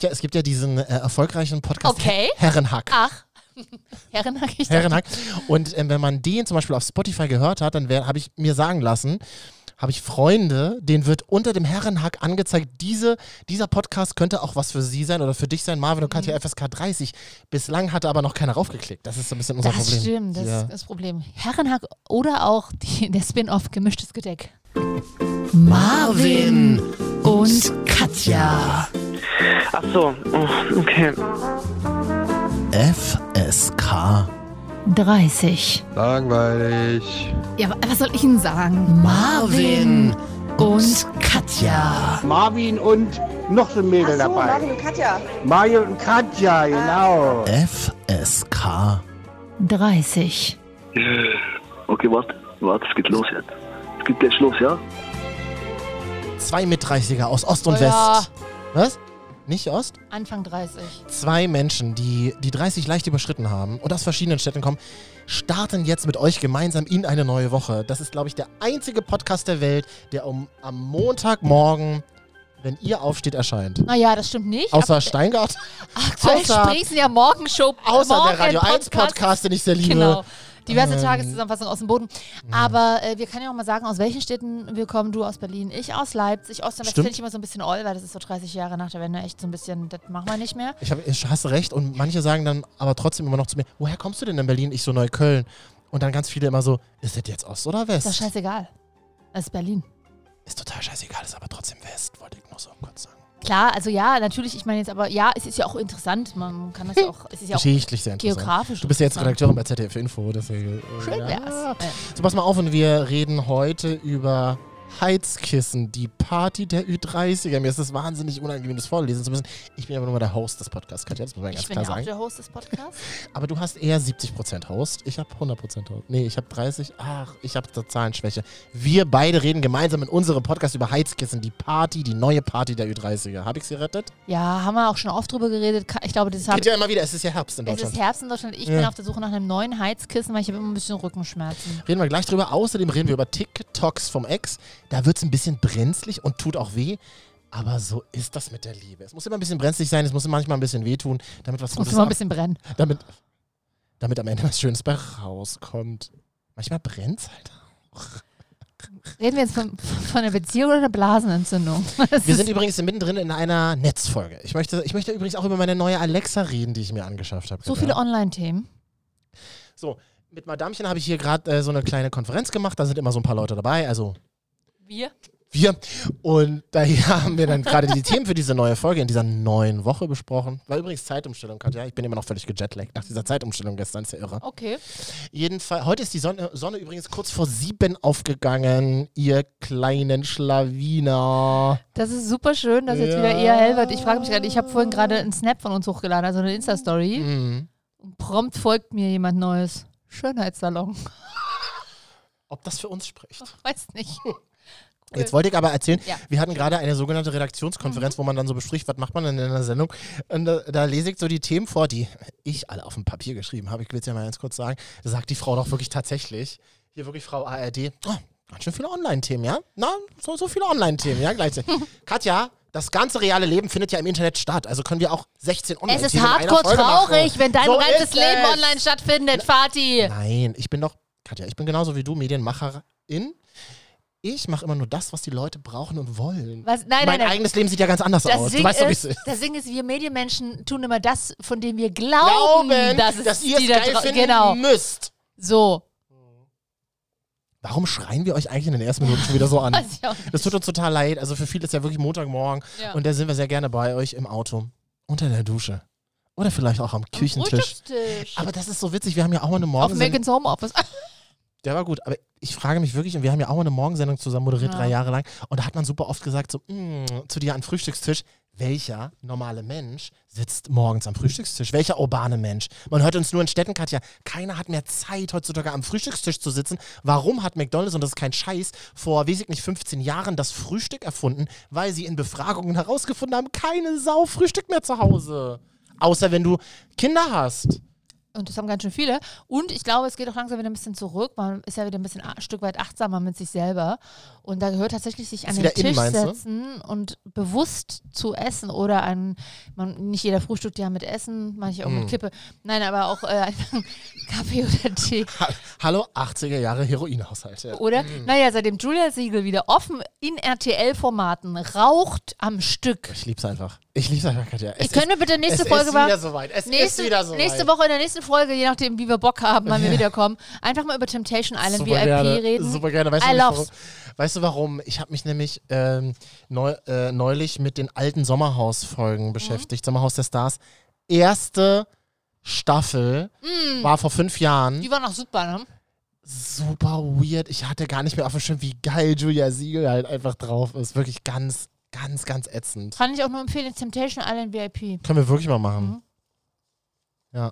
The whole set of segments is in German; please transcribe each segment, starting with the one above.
ja, es gibt ja diesen äh, erfolgreichen Podcast Okay. Ah, Her Herrenhack. Ach, Herrenhack, ich dachte, Herrenhack. Und ähm, wenn man den zum Beispiel auf Spotify gehört hat, dann habe ich mir sagen lassen, habe ich Freunde, denen wird unter dem Herrenhack angezeigt, diese, dieser Podcast könnte auch was für sie sein oder für dich sein, Marvin und Mhm. Katja FSK 30. Bislang hatte aber noch keiner raufgeklickt. Das ist so ein bisschen unser das Problem. stimmt, das ja. ist das Problem. Herrenhack oder auch die, der Spin-off Gemischtes Gedeck. Marvin und Katja. Ach so, oh, okay. FSK 30. Langweilig. Ja, wa- was soll ich Ihnen sagen? Marvin und Katja. Marvin und noch so ein Mädel Ach so, dabei. Marvin und Katja. Ah. Mario und Katja, genau. FSK 30. Okay, warte, warte, es geht los jetzt. Es geht gleich los, ja? Zwei Mitdreißiger aus Ost und Oh ja. West. Was? Nicht Ost? Anfang 30. Zwei Menschen, die die 30 leicht überschritten haben und aus verschiedenen Städten kommen, starten jetzt mit euch gemeinsam in eine neue Woche. Das ist, glaube ich, der einzige Podcast der Welt, der um, am Montagmorgen, wenn ihr aufsteht, erscheint. Naja, das stimmt nicht. Außer Steingart, Aktuell außer- sprichst du ja Morgenshow. außer Morgen der Radio 1 Podcast, den ich sehr liebe. Genau. Diverse Ähm, Mhm. Tageszusammenfassung aus dem Boden. Aber äh, wir können ja auch mal sagen, aus welchen Städten wir kommen. Du aus Berlin, ich aus Leipzig. Ost und West Stimmt. finde ich immer so ein bisschen all, weil das ist so 30 Jahre nach der Wende echt so ein bisschen, das machen wir nicht mehr. Ich, hab, ich hasse recht und manche sagen dann aber trotzdem immer noch zu mir, woher kommst du denn in Berlin? Ich so Neukölln. Und dann ganz viele immer so, ist das jetzt Ost oder West? Ist doch scheißegal. Das ist Berlin. Ist total scheißegal, ist aber trotzdem West, wollte ich nur so kurz sagen. Klar, also ja, natürlich, ich meine jetzt aber, ja, es ist ja auch interessant. Man kann das ja auch, es ist ja auch Geschichtlich sehr interessant. geografisch. Du bist ja jetzt interessant. Redakteurin bei ZDF Info, deswegen. äh, Schön wär's. Ja. So, pass mal auf und wir reden heute über Heizkissen, die Party der Ü30er. Mir ist das wahnsinnig unangenehm, das vorlesen zu müssen. Ich bin aber nur mal der Host des Podcasts, Katja, das muss man ganz Ich bin klar ja auch sagen. der Host des Podcasts. Aber du hast eher 70% Host, ich habe 100% Host. Nee, ich habe 30. Ach, ich habe da Zahlenschwäche. Wir beide reden gemeinsam in unserem Podcast über Heizkissen, die Party, die neue Party der Ü30er. Habe ich sie gerettet? Ja, haben wir auch schon oft drüber geredet. Ka- Ich glaube, das hab, Geht ja immer wieder, es ist ja Herbst in es Deutschland. ist Herbst in Deutschland. Ich bin auf der Suche nach einem neuen Heizkissen, weil ich habe immer ein bisschen Rückenschmerzen. Reden wir gleich drüber. Außerdem reden wir über TikToks vom Ex. Da wird es ein bisschen brenzlig und tut auch weh. Aber so ist das mit der Liebe. Es muss immer ein bisschen brenzlig sein, es muss manchmal ein bisschen wehtun, damit was Muss Gutes immer ein ab- bisschen brennen. damit, damit am Ende was Schönes bei rauskommt. Manchmal brennt es halt. Reden wir jetzt von, von einer Beziehung oder einer Blasenentzündung? Das Wir ist- sind übrigens mittendrin in einer Netzfolge. Ich möchte, ich möchte übrigens auch über meine neue Alexa reden, die ich mir angeschafft habe. so Katja. viele Online-Themen. Mit Madamchen habe ich hier gerade äh, so eine kleine Konferenz gemacht. Da sind immer so ein paar Leute dabei. Also Wir? wir. Und daher haben wir dann gerade die Themen für diese neue Folge in dieser neuen Woche besprochen. War übrigens Zeitumstellung, Katja. Ich bin immer noch völlig gejetlaggt nach dieser Zeitumstellung gestern. Ist ja irre. Okay. Jedenfalls, heute ist die Sonne, Sonne übrigens kurz vor sieben aufgegangen, ihr kleinen Schlawiner. Das ist super schön, dass jetzt Ja. wieder eher hell wird. Ich frage mich gerade, ich habe vorhin gerade einen Snap von uns hochgeladen, also eine Insta-Story. Mhm. Und prompt folgt mir jemand Neues. Schönheitssalon. Ob das für uns spricht? Weiß nicht. Oh, Jetzt wollte ich aber erzählen, Ja. Mhm. wir hatten gerade eine sogenannte Redaktionskonferenz, wo man dann so bespricht, was macht man denn in einer Sendung. Und da, da lese ich so die Themen vor, die ich alle auf dem Papier geschrieben habe. Ich will es ja mal ganz kurz sagen. Da sagt die Frau doch wirklich tatsächlich, hier wirklich Frau ARD, oh, ganz schön viele Online-Themen, ja? Na, so, so viele Online-Themen, ja? Gleichzeitig. Katja, das ganze reale Leben findet ja im Internet statt. Also können wir auch 16 Es Online-Themen ist in einer hardcore Folge machen. traurig, wenn dein So ganzes ist Leben es. online stattfindet, Fatih. Nein, ich bin doch, Katja, ich bin genauso wie du Medienmacherin. Ich mache immer nur das, was die Leute brauchen und wollen. Was? Nein, mein nein, nein. eigenes Leben sieht ja ganz anders Das aus. Du Ding, weißt doch, wie es ist, ist. das Ding ist, wir Medienmenschen tun immer das, von dem wir glauben, dass es ihr es die da geil Hm. drau- finden Genau. müsst. So. Warum schreien wir euch eigentlich in den ersten Minuten schon wieder so an? Weiß ich auch Das tut uns total leid. Also für viele ist ja wirklich Montagmorgen Ja. und da sind wir sehr gerne bei euch im Auto, unter der Dusche oder vielleicht auch am Küchentisch. Frühstückstisch. Aber das ist so witzig. Wir haben ja auch mal eine Auf Morgensendung. Megan's Homeoffice. Ah, Der war gut, aber ich frage mich wirklich, und wir haben ja auch mal eine Morgensendung zusammen moderiert, Ja. drei Jahre lang, und da hat man super oft gesagt, so, "Mm", zu dir am Frühstückstisch, welcher normale Mensch sitzt morgens am Frühstückstisch? Welcher urbane Mensch? Man hört uns nur in Städten, Katja, keiner hat mehr Zeit, heutzutage am Frühstückstisch zu sitzen. Warum hat McDonalds, und das ist kein Scheiß, vor wesentlich nicht 15 Jahren das Frühstück erfunden? Weil sie in Befragungen herausgefunden haben, keine Sau Frühstück mehr zu Hause. Außer wenn du Kinder hast. Und das haben ganz schön viele. Und ich glaube, es geht auch langsam wieder ein bisschen zurück. Man ist ja wieder ein bisschen a- ein Stück weit achtsamer mit sich selber. Und da gehört tatsächlich sich an Ist den wieder in, Tisch meinst du? setzen und bewusst zu essen oder an, man, nicht jeder frühstückt ja mit Essen, manche auch Hm. mit Kippe. Nein, aber auch äh, einfach einen Kaffee oder Tee. Ha Hallo, 80er Jahre Heroinhaushalt. Ja. Oder? Naja, seitdem Julia Siegel wieder offen in RTL-Formaten raucht am Stück. Ich lieb's einfach. Ich lieb's einfach, Katja. Es Ich können wir bitte nächste es Folge ist mal- wieder soweit. Es Nächste, ist wieder soweit. nächste Woche in der nächsten Folge, je nachdem, wie wir Bock haben, wann wir wiederkommen, einfach mal über Temptation Island Super VIP gerne, reden. Super gerne. Weißt, du, I nicht, love's. warum, weißt du warum? Ich habe mich nämlich ähm, neu, äh, neulich mit den alten Mhm. Sommerhaus-Folgen beschäftigt. Sommerhaus der Stars. Erste Staffel Mm. war vor fünf Jahren. Die waren auch super, ne? Super weird. Ich hatte gar nicht mehr auf dem Schirm, wie geil Julia Siegel halt einfach drauf ist. Wirklich ganz, ganz, ganz ätzend. Kann ich auch nur empfehlen, den Temptation Island VIP. Können wir wirklich mal machen. Ja. Mhm.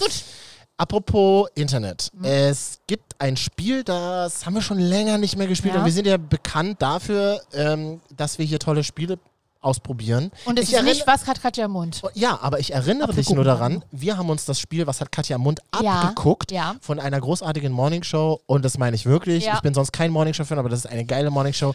Gut. Mhm. Apropos Internet. Es gibt ein Spiel, das haben wir schon länger nicht mehr gespielt. Ja. Und wir sind ja bekannt dafür, ähm, dass wir hier tolle Spiele ausprobieren. Und es Ich ist nicht, erinn- was hat Katja im Mund? Ja, aber ich erinnere dich Apropos nur daran, wir haben uns das Spiel, was hat Katja Mund, Ja, abgeguckt ja. von einer großartigen Morningshow. Und das meine ich wirklich. Ja. Ich bin sonst kein Morningshow-Fan, aber das ist eine geile Morningshow.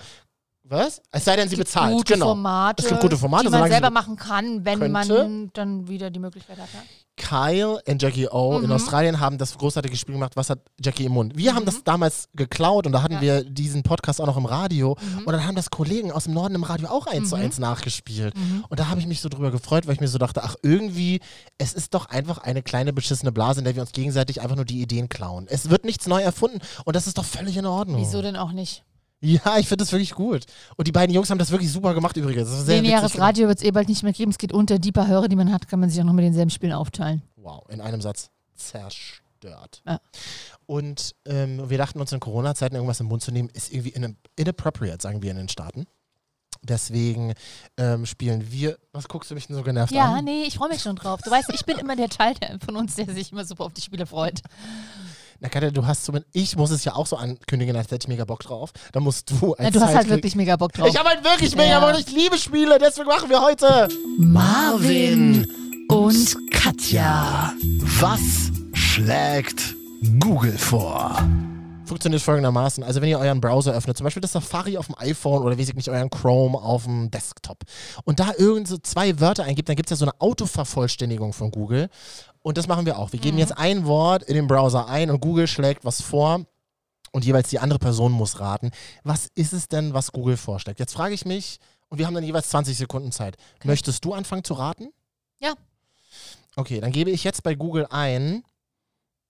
Was? Es sei denn, sie bezahlt. Gute genau. Formate, Es gibt gute Formate, die man solange selber sie machen kann, wenn könnte. man dann wieder die Möglichkeit hat. ne? Ja? Kyle und Jackie O Mhm. in Australien haben das großartige Spiel gemacht, was hat Jackie im Mund. Wir haben das Mhm. damals geklaut und da hatten wir diesen Podcast auch noch im Radio Mhm. und dann haben das Kollegen aus dem Norden im Radio auch eins zu eins nachgespielt. Mhm. Und da habe ich mich so drüber gefreut, weil ich mir so dachte, ach irgendwie, es ist doch einfach eine kleine beschissene Blase, in der wir uns gegenseitig einfach nur die Ideen klauen. Es wird nichts neu erfunden und das ist doch völlig in Ordnung. Wieso denn auch nicht? Ja, ich finde das wirklich gut. Und die beiden Jungs haben das wirklich super gemacht übrigens. Das war sehr witzig Lineares gemacht. Radio wird es eh bald nicht mehr geben. Es geht unter. Die paar Hörer, die man hat, kann man sich auch noch mit denselben Spielen aufteilen. Wow, in einem Satz zerstört. Ja. Und ähm, wir dachten uns in Corona-Zeiten irgendwas im Mund zu nehmen, ist irgendwie in- inappropriate, sagen wir in den Staaten. Deswegen ähm, spielen wir. Was guckst du mich denn so genervt Ja, ne. an? nee, ich freue mich schon drauf. Du weißt, ich bin immer der Teil der, von uns, der sich immer super auf die Spiele freut. Na, Katja, du hast zumindest. Ich muss es ja auch so ankündigen, als hätte ich mega Bock drauf. Dann musst du als Na, du hast halt Sidekick- wirklich mega Bock drauf. Ich habe halt wirklich mega Ja. Bock drauf. Ich liebe Spiele, deswegen machen wir heute. Marvin und Katja. Was schlägt Google vor? funktioniert folgendermaßen. Also wenn ihr euren Browser öffnet, zum Beispiel das Safari auf dem iPhone oder weiß ich nicht, euren Chrome auf dem Desktop und da irgend so zwei Wörter eingibt, dann gibt es ja so eine Autovervollständigung von Google. Und das machen wir auch. Wir Mhm. geben jetzt ein Wort in den Browser ein und Google schlägt was vor. Und jeweils die andere Person muss raten, was ist es denn, was Google vorschlägt? Jetzt frage ich mich, und wir haben dann jeweils 20 Sekunden Zeit. Möchtest du anfangen zu raten? Ja. Okay, dann gebe ich jetzt bei Google ein,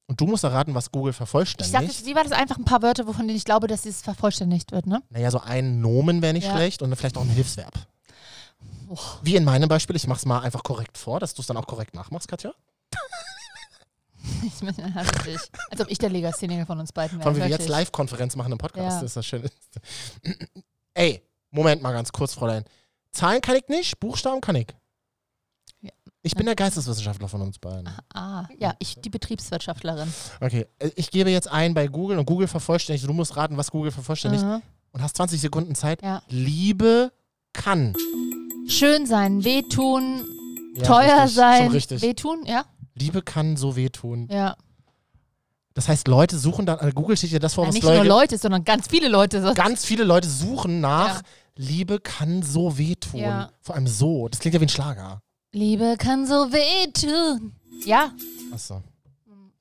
und du musst erraten, was Google Ich vervollständigt. sag jetzt, lieber das einfach ein paar Wörter, wovon ich glaube, dass es vervollständigt wird, ne? Naja, so ein Nomen wäre nicht Ja. schlecht und vielleicht auch ein Hilfsverb. Wie in meinem Beispiel, ich mach's mal einfach korrekt vor, dass du es dann auch korrekt nachmachst, Katja. Ich meine, also ich, als ob ich der Legastheniker von uns beiden wäre. Vor allem, wie wir jetzt wirklich. Live-Konferenz machen im Podcast, Ja. das ist das Schöne. Ey, Moment mal ganz kurz, Fräulein. Zahlen kann ich nicht, Buchstaben kann ich. Ja. Ich bin der Geisteswissenschaftler von uns beiden. Ah, ja, ich, die Betriebswirtschaftlerin. Okay, äh, ich gebe jetzt ein bei Google und Google vervollständigt. Du musst raten, was Google vervollständigt. Mhm. Und hast 20 Sekunden Zeit. Ja. Liebe kann. Schön sein, wehtun, Ja, teuer richtig. sein. Schon richtig. Wehtun, ja? Liebe kann so wehtun. Ja. Das heißt, Leute suchen dann, äh, Google steht ja das vor, ja was nicht Leute, nur Leute, sondern ganz viele Leute. So. ganz viele Leute suchen nach, Ja. Liebe kann so wehtun. Ja. Vor allem so. Das klingt ja wie ein Schlager. Liebe kann so wehtun. Ja. Achso. Mhm.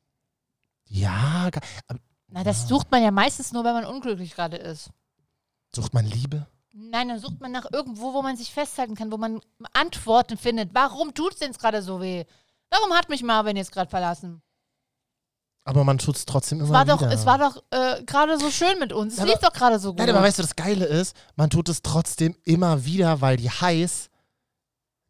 Ja, ge- aber Na, das sucht man ja meistens nur, wenn man unglücklich gerade ist. sucht man Liebe? Nein, dann sucht man nach irgendwo, wo man sich festhalten kann, wo man Antworten findet. Warum tut's denn jetzt gerade so weh? Warum hat mich Marvin jetzt gerade verlassen? Aber man tut's trotzdem immer Es war doch, wieder. es war doch äh, gerade so schön mit uns. Es Ja, lief doch gerade so gut. Nein, aber weißt du, das Geile ist, man tut es trotzdem immer wieder, weil die Highs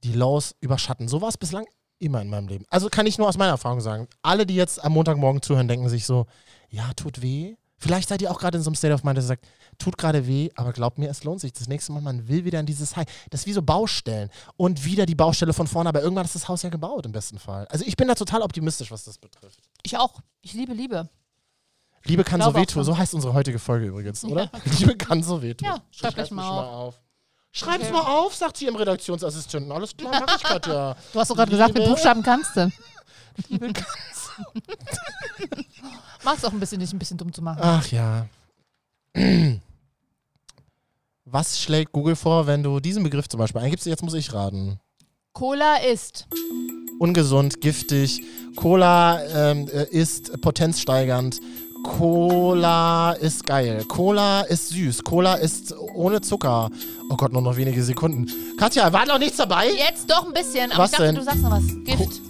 die Lows überschatten. So war es bislang immer in meinem Leben. Also kann ich nur aus meiner Erfahrung sagen. Alle, die jetzt am Montagmorgen zuhören, denken sich so, ja, tut weh. Vielleicht seid ihr auch gerade in so einem State of Mind, dass ihr sagt, tut gerade weh, aber glaubt mir, es lohnt sich. Das nächste Mal, man will wieder in dieses High. Das ist wie so Baustellen und wieder die Baustelle von vorne, aber irgendwann ist das Haus ja gebaut im besten Fall. Also ich bin da total optimistisch, was das betrifft. ich auch. Ich liebe Liebe. Liebe kann Glaube so auch wehtun. dran. So heißt unsere heutige Folge übrigens, oder? Liebe kann so wehtun. Ja, schreib Ich gleich schreib's mal mir schon auf. Schreib's mal auf, sagt sie im Redaktionsassistenten. Alles klar, mach ich grad, ja. Du hast doch gerade gesagt, mit Liebe- Buchstaben kannst du. Liebe kann so Mach's auch ein bisschen, dich ein bisschen dumm zu machen. Ach ja. Was schlägt Google vor, wenn du diesen Begriff zum Beispiel eingibst? Jetzt muss ich raten. Cola ist. Ungesund, giftig. Cola ähm, äh, ist potenzsteigernd. Cola ist geil. Cola ist süß. Cola ist ohne Zucker. Oh Gott, nur noch wenige Sekunden. Katja, war noch nichts dabei? Jetzt doch ein bisschen, aber Was ich dachte, denn? du sagst noch was. Gift.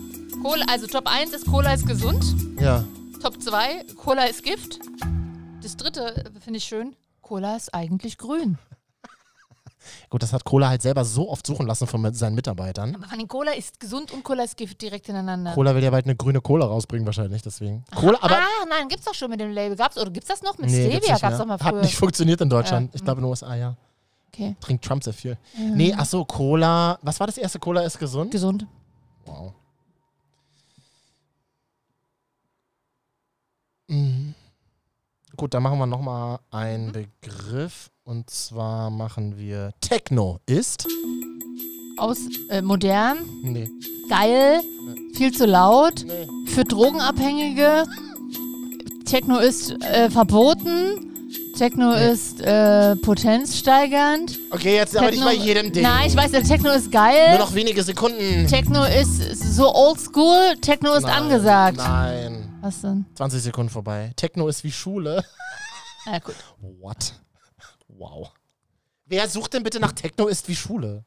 Cola, also Top 1 ist Cola ist gesund. Ja. Top 2, Cola ist Gift. Das dritte äh, finde ich schön. Cola ist eigentlich grün. Gut, das hat Cola halt selber so oft suchen lassen von mit- seinen Mitarbeitern. Aber vor allem Cola ist gesund und Cola ist Gift direkt hintereinander. Cola will ja bald eine grüne Cola rausbringen, wahrscheinlich, deswegen. Cola, aber. ah, nein, gibt's doch schon mit dem Label. Gab's oder gibt's das noch mit Nee, gibt's Stevia? nicht Gab's mehr. doch mal früher. Hat nicht funktioniert in Deutschland. Ich glaube in den USA, ja. Okay, Trinkt Trump sehr viel. Nee, ach so, Cola. Was war das erste? Cola ist gesund? gesund. Wow. Mhm. Gut, dann machen wir nochmal Mhm. einen Begriff. Und zwar machen wir Techno ist. Aus äh, modern, Nee. geil, viel zu laut, Nee. für Drogenabhängige. Techno ist äh, verboten. Techno ist äh, potenzsteigernd. Okay, jetzt aber nicht Techno- bei jedem Ding. Nein, ich weiß, der Techno ist Nur geil. noch wenige Sekunden. Techno ist so oldschool. Techno ist Nein, angesagt. Nein. Was denn? 20 Sekunden vorbei. Techno ist wie Schule. Na Ah, gut. What? Wow. Wer sucht denn bitte nach Techno ist wie Schule?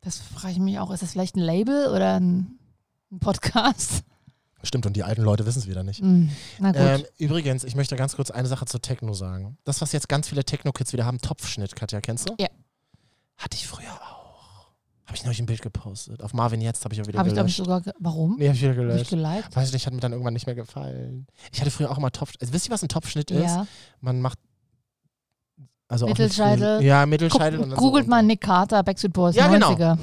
Das frage ich mich auch. Ist das vielleicht ein Label oder ein, ein Podcast? Stimmt, und die alten Leute wissen es wieder nicht. Hm, na gut. Ähm, übrigens, ich möchte ganz kurz eine Sache zu Techno sagen. Das, was jetzt ganz viele Techno-Kids wieder haben, Topfschnitt, Katja, kennst du? Ja. Hatte ich früher auch. Habe ich neulich ein Bild gepostet. Auf Marvin jetzt habe ich auch wieder Habe ich, glaube ich, gelöscht. sogar. ge- Warum? nee, habe ich wieder Habe ich gelöscht. geliked? Weiß ich nicht, hat mir dann irgendwann nicht mehr gefallen. Ich hatte früher auch immer Topfschnitt. Also, wisst ihr, was ein Topfschnitt ist? Ja. Man macht. Also auch mit Mittelscheitel. vielen- Ja, Guck, Mittelscheitel. und dann so googelt unten. mal Nick Carter, Backstreet Boys, Ja, genau. 90er.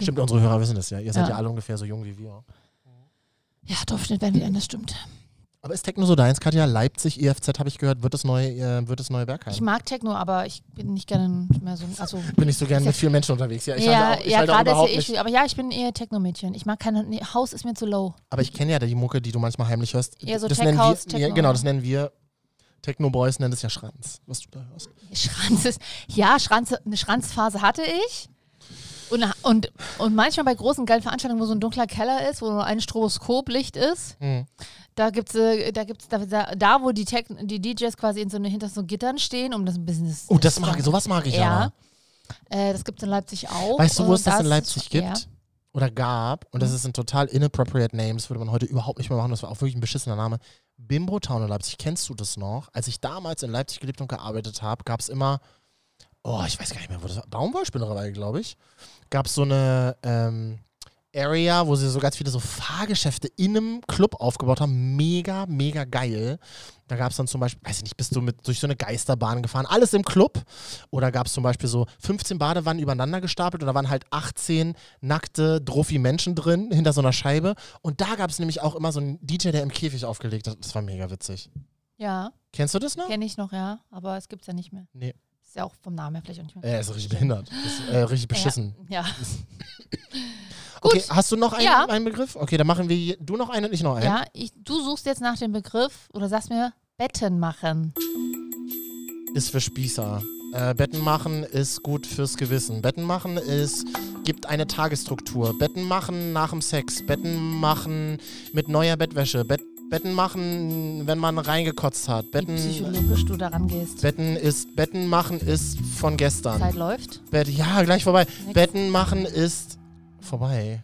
Stimmt, unsere Hörer wissen das ja. Ihr seid Ja. ja, alle ungefähr so jung wie wir. Ja, Topfschnitt werden wir ein, das stimmt. Aber ist Techno so deins, Katja? Leipzig, IFZ habe ich gehört, wird das neue, äh, wird das neue Bergheim? Ich mag Techno, aber ich bin nicht gerne mehr so. Also, bin ich so gerne mit vielen Menschen unterwegs. Ja, ich ja, halte auch, ich ja halte auch gerade überhaupt ist ja eh nicht. schwierig. Aber ja, ich bin eher Techno-Mädchen. Ich mag keine. Nee, Haus ist mir zu low. Aber ich kenne ja die Mucke, die du manchmal heimlich hörst. Eher so das Tech nennen House, wir, Techno. ja, Genau, das nennen wir Techno-Boys, nennen das ja Schranz, was du da hörst. Schranz ist. Ja, Schranze, eine Schranzphase hatte ich. Und, und, und manchmal bei großen geilen Veranstaltungen, wo so ein dunkler Keller ist, wo nur ein Stroboskoplicht ist, Mhm. da gibt's, äh, da gibt's, da, da, da wo die, Tech, die DJs quasi in so eine, hinter so Gittern stehen, um das ein bisschen. Oh, das mag ich, sowas mag ich ja. Ja. Äh, das gibt's in Leipzig auch. aber. Weißt du, wo Äh, es das da in ist Leipzig schon- ja. Mhm. gibt? Oder gab, und das ist ein total inappropriate Name, das würde man heute überhaupt nicht mehr machen, das war auch wirklich ein beschissener Name. Bimbo Town in Leipzig, kennst du das noch? Als ich damals in Leipzig gelebt und gearbeitet habe, gab es immer, oh, ich weiß gar nicht mehr, wo das war, Baumwollspinnerei, glaube ich. gab es so eine ähm, Area, wo sie so ganz viele so Fahrgeschäfte in einem Club aufgebaut haben. Mega, mega geil. Da gab es dann zum Beispiel, weiß ich nicht, bist du mit durch so eine Geisterbahn gefahren, alles im Club. Oder gab es zum Beispiel so 15 Badewannen übereinander gestapelt und da waren halt 18 nackte, druffi Menschen drin hinter so einer Scheibe. Und da gab es nämlich auch immer so einen DJ, der im Käfig aufgelegt hat. Das war mega witzig. Ja, Kennst du das noch? kenne ich noch, ja. Aber es gibt's ja nicht mehr. Nee. Ist ja auch vom Namen her vielleicht auch nicht mehr. Äh, ist richtig behindert. Ist, äh, richtig beschissen. Ja. Gut. Okay, hast du noch einen, Ja. einen Begriff? Okay, dann machen wir je- du noch einen und ich noch einen. Ja, ich, du suchst jetzt nach dem Begriff oder sagst mir Betten machen. ist für Spießer. Äh, Betten machen ist gut fürs Gewissen. Betten machen ist, gibt eine Tagesstruktur. Betten machen nach dem Sex. Betten machen mit neuer Bettwäsche. Bet Betten machen, wenn man reingekotzt hat. Wie Betten, psychologisch du daran gehst. Betten ist, Betten machen ist von Zeit gestern. läuft. Bett, ja, gleich vorbei. Nix. Betten machen ist vorbei.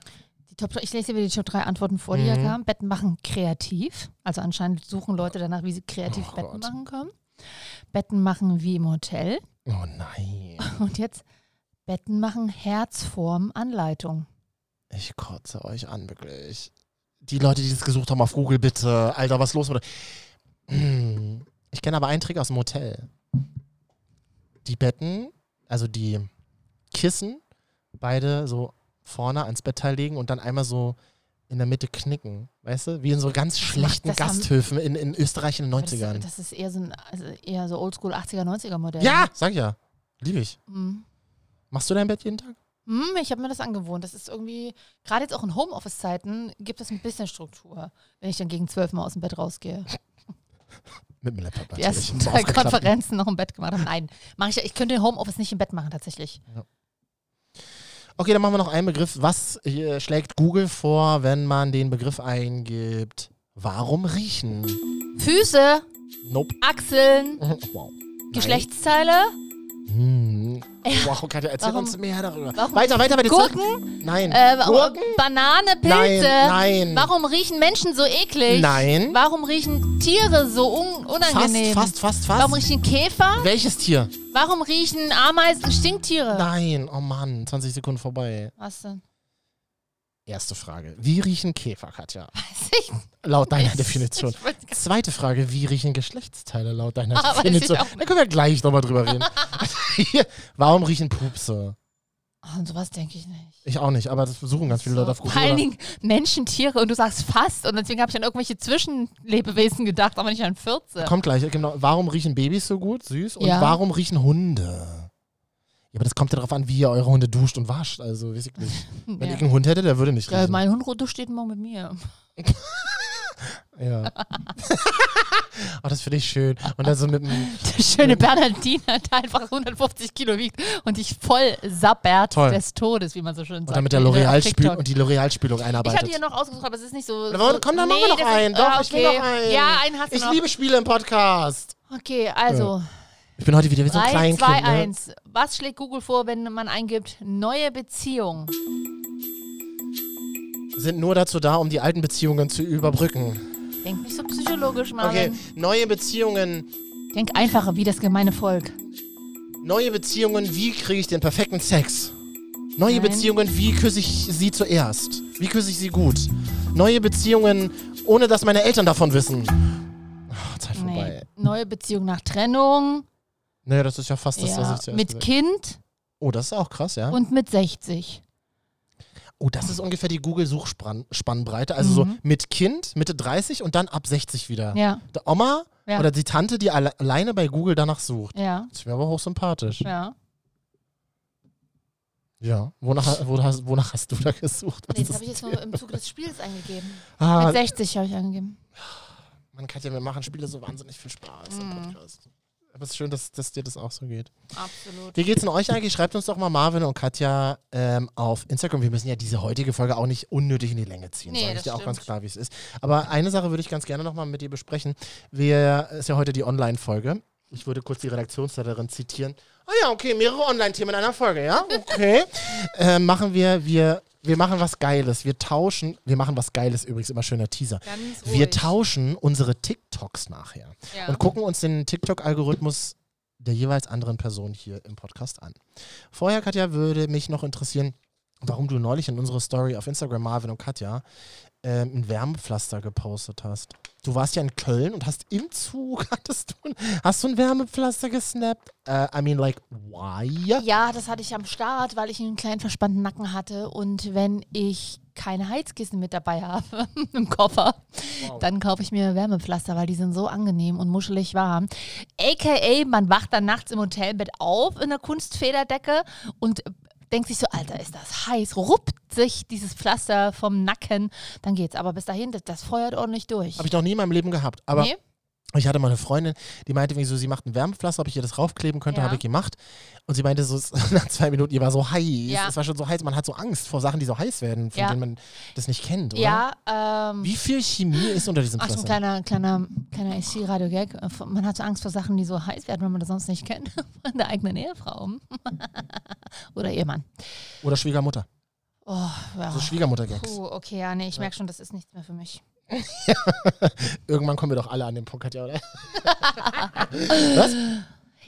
Die Top, ich lese dir wieder die Top 3 Antworten vor, die hier Mhm. kamen. Betten machen kreativ. Also anscheinend suchen Leute danach, wie sie kreativ Oh Gott. Betten machen können. Betten machen wie im Hotel. Oh nein. Und jetzt Betten machen Herzform Anleitung. Ich kotze euch an, wirklich. Die Leute, die das gesucht haben auf Google, bitte. Alter, was ist los mit euch? Hm. Ich kenne aber einen Trick aus dem Hotel. Die Betten, also die Kissen, beide so vorne ans Bettteil legen und dann einmal so in der Mitte knicken. Weißt du? Wie in so ganz schlechten das haben- Gasthöfen in, in Österreich in den Aber Das, 90ern. das ist eher so, ein, also eher so Oldschool 80er, 90er Modell. ja, sag ich ja. Liebe ich. Mhm. Machst du dein Bett jeden Tag? Hm, ich habe mir das angewohnt. Das ist irgendwie, gerade jetzt auch in Homeoffice-Zeiten, gibt es ein bisschen Struktur, wenn ich dann gegen zwölf mal aus dem Bett rausgehe. Mit dem Laptop Die natürlich. ersten Mit dem drei aufgeklappten. Konferenzen noch im Bett gemacht haben. Nein, mache ich, ja- ich könnte den Homeoffice nicht im Bett machen, tatsächlich. Okay, dann machen wir noch einen Begriff. Was äh, schlägt Google vor, wenn man den Begriff eingibt? Warum riechen? Füße, Nope. Achseln, Wow. Geschlechtsteile, Hm. Wow, Katja, erzähl Warum- uns mehr darüber. warum- Weiter, weiter mit den Gurken, Nein. äh, Gurken? Banane, Pilze. Nein, nein. Warum riechen Menschen so eklig? Nein. Warum riechen Tiere so un unangenehm? Fast, fast, fast, fast. Warum riechen Käfer? Welches Tier? Warum riechen Ameisen Stinktiere? Nein, oh Mann, 20 Sekunden vorbei. Was denn? Erste Frage. Wie riechen Käfer, Katja? Weiß ich Laut deiner nicht. Definition. Ich weiß gar Zweite Frage, wie riechen Geschlechtsteile laut deiner Ah, weiß ich Definition? auch nicht. Da können wir gleich nochmal drüber reden. Hier, Warum riechen Pupse? nicht. An Ah, sowas denke ich nicht. Ich auch nicht, aber das suchen ganz viele So. Leute auf Google. Vor allen oder? Dingen Menschen, Tiere und du sagst fast und deswegen habe ich an irgendwelche Zwischenlebewesen gedacht, aber nicht an 14. Kommt gleich, genau. Warum riechen Babys so gut, süß? Und Ja. warum riechen Hunde? Ja, aber das kommt ja darauf an, wie ihr eure Hunde duscht und wascht. Also, weiß ich nicht. Wenn Ja. ich einen Hund hätte, der würde nicht Ja, riechen. mein Hund Rudo steht morgen mit mir. Ja. oh, das finde ich schön. Und dann so mit dem. Der schöne Bernardiner, der einfach 150 Kilo wiegt und dich voll sappert Toll. des Todes, wie man so schön sagt. Und dann mit der Auf L'Oreal-Spülung TikTok. und die L'Oreal-Spülung Ich einarbeitet. hatte hier noch ausgesucht, aber es ist nicht so. Na, so warte, komm, dann machen wir noch das ist- einen. Doch, ah, ich will okay. noch einen. Ja, einen hast du Ich noch. liebe Spiele im Podcast. Okay, also Ich bin heute wieder wie so ein 3, Kleinkind. 2, ne? 1. Was schlägt Google vor, wenn man eingibt neue Beziehung? Sind nur dazu da, um die alten Beziehungen zu überbrücken. Denk nicht so psychologisch, Okay, Marvin. neue Beziehungen. Denk einfacher, wie das gemeine Volk. Neue Beziehungen, wie kriege ich den perfekten Sex? Neue Nein. Beziehungen, wie küsse ich sie zuerst? Wie küsse ich sie gut? Neue Beziehungen, ohne dass meine Eltern davon wissen. Ah, Zeit vorbei. Nee. Neue Beziehung nach Trennung. Naja, das ist ja fast das, was ich ja, zuerst mit gesagt Kind Oh, das ist auch krass, ja. und mit 60. Oh, das ist ungefähr die Google-Suchspannbreite. Also so mit Kind, Mitte 30 und dann ab 60 wieder. Mhm. Ja, Die Oma Ja. oder die Tante, die alle alleine bei Google danach sucht. ja, Das ist mir aber hochsympathisch. Ja. ja. Wonach, wonach, wonach hast du da gesucht? Was Nee, das ist- habe ich jetzt nur im Zuge des Spiels eingegeben. ah, Mit 60 habe ich angegeben. man kann ja, wir machen Spiele so wahnsinnig viel Spaß im Mhm. Podcast. Aber es ist schön, dass, dass dir das auch so geht. Absolut. Wie geht's denn euch eigentlich? Schreibt uns doch mal Marvin und Katja ähm, auf Instagram. Wir müssen ja diese heutige Folge auch nicht unnötig in die Länge ziehen. Nee, sag ich das dir auch stimmt. ganz klar, wie es ist. Aber eine Sache würde ich ganz gerne nochmal mit dir besprechen. Wir, ist ja heute die Online-Folge. Ich würde kurz die Redaktionsleiterin zitieren. Ah ja, okay, mehrere Online-Themen in einer Folge, ja? Okay. äh, machen wir, wir, wir machen was Geiles. Wir tauschen, wir machen was Geiles übrigens, immer schöner Teaser. Ganz Wir tauschen unsere TikToks nachher ja. und gucken uns den TikTok-Algorithmus der jeweils anderen Person hier im Podcast an. Vorher, Katja, würde mich noch interessieren, warum du neulich in unsere Story auf Instagram, Marvin und Katja, ähm, ein Wärmepflaster gepostet hast. Du warst ja in Köln und hast im Zug, hattest du, hast du ein Wärmepflaster gesnappt? Äh, I mean, like, why? Ja, das hatte ich am Start, weil ich einen kleinen verspannten Nacken hatte. Und wenn ich keine Heizkissen mit dabei habe im Koffer, dann kaufe ich mir Wärmepflaster, weil die sind so angenehm und muschelig warm. AKA, man wacht dann nachts im Hotelbett auf in der Kunstfederdecke und denkt sich so, Alter, ist das heiß, ruppt sich dieses Pflaster vom Nacken, dann geht's. Aber bis dahin, das, das feuert ordentlich durch. Habe ich noch nie in meinem Leben gehabt. Aber nee? Ich hatte mal eine Freundin, die meinte mir so, sie macht ein Wärmepflaster, ob ich ihr das raufkleben könnte, Ja. habe ich gemacht. Und sie meinte so, es- nach zwei Minuten, ihr war so heiß. Ja. Es war schon so heiß, man hat so Angst vor Sachen, die so heiß werden, von Ja. denen man das nicht kennt, oder? Ja, ähm, Wie viel Chemie ist unter diesem Ach, so ein Pflaster? kleiner, kleiner, kleiner SC-Radio-Gag. Man hat so Angst vor Sachen, die so heiß werden, wenn man das sonst nicht kennt. Von der eigenen Ehefrau. Oder Ehemann. Oder Schwiegermutter. Oh, ja. So Schwiegermutter-Gags. Puh, okay, ja, nee, ich merke schon, das ist nichts mehr für mich. Irgendwann kommen wir doch alle an den Punkt, ja, oder?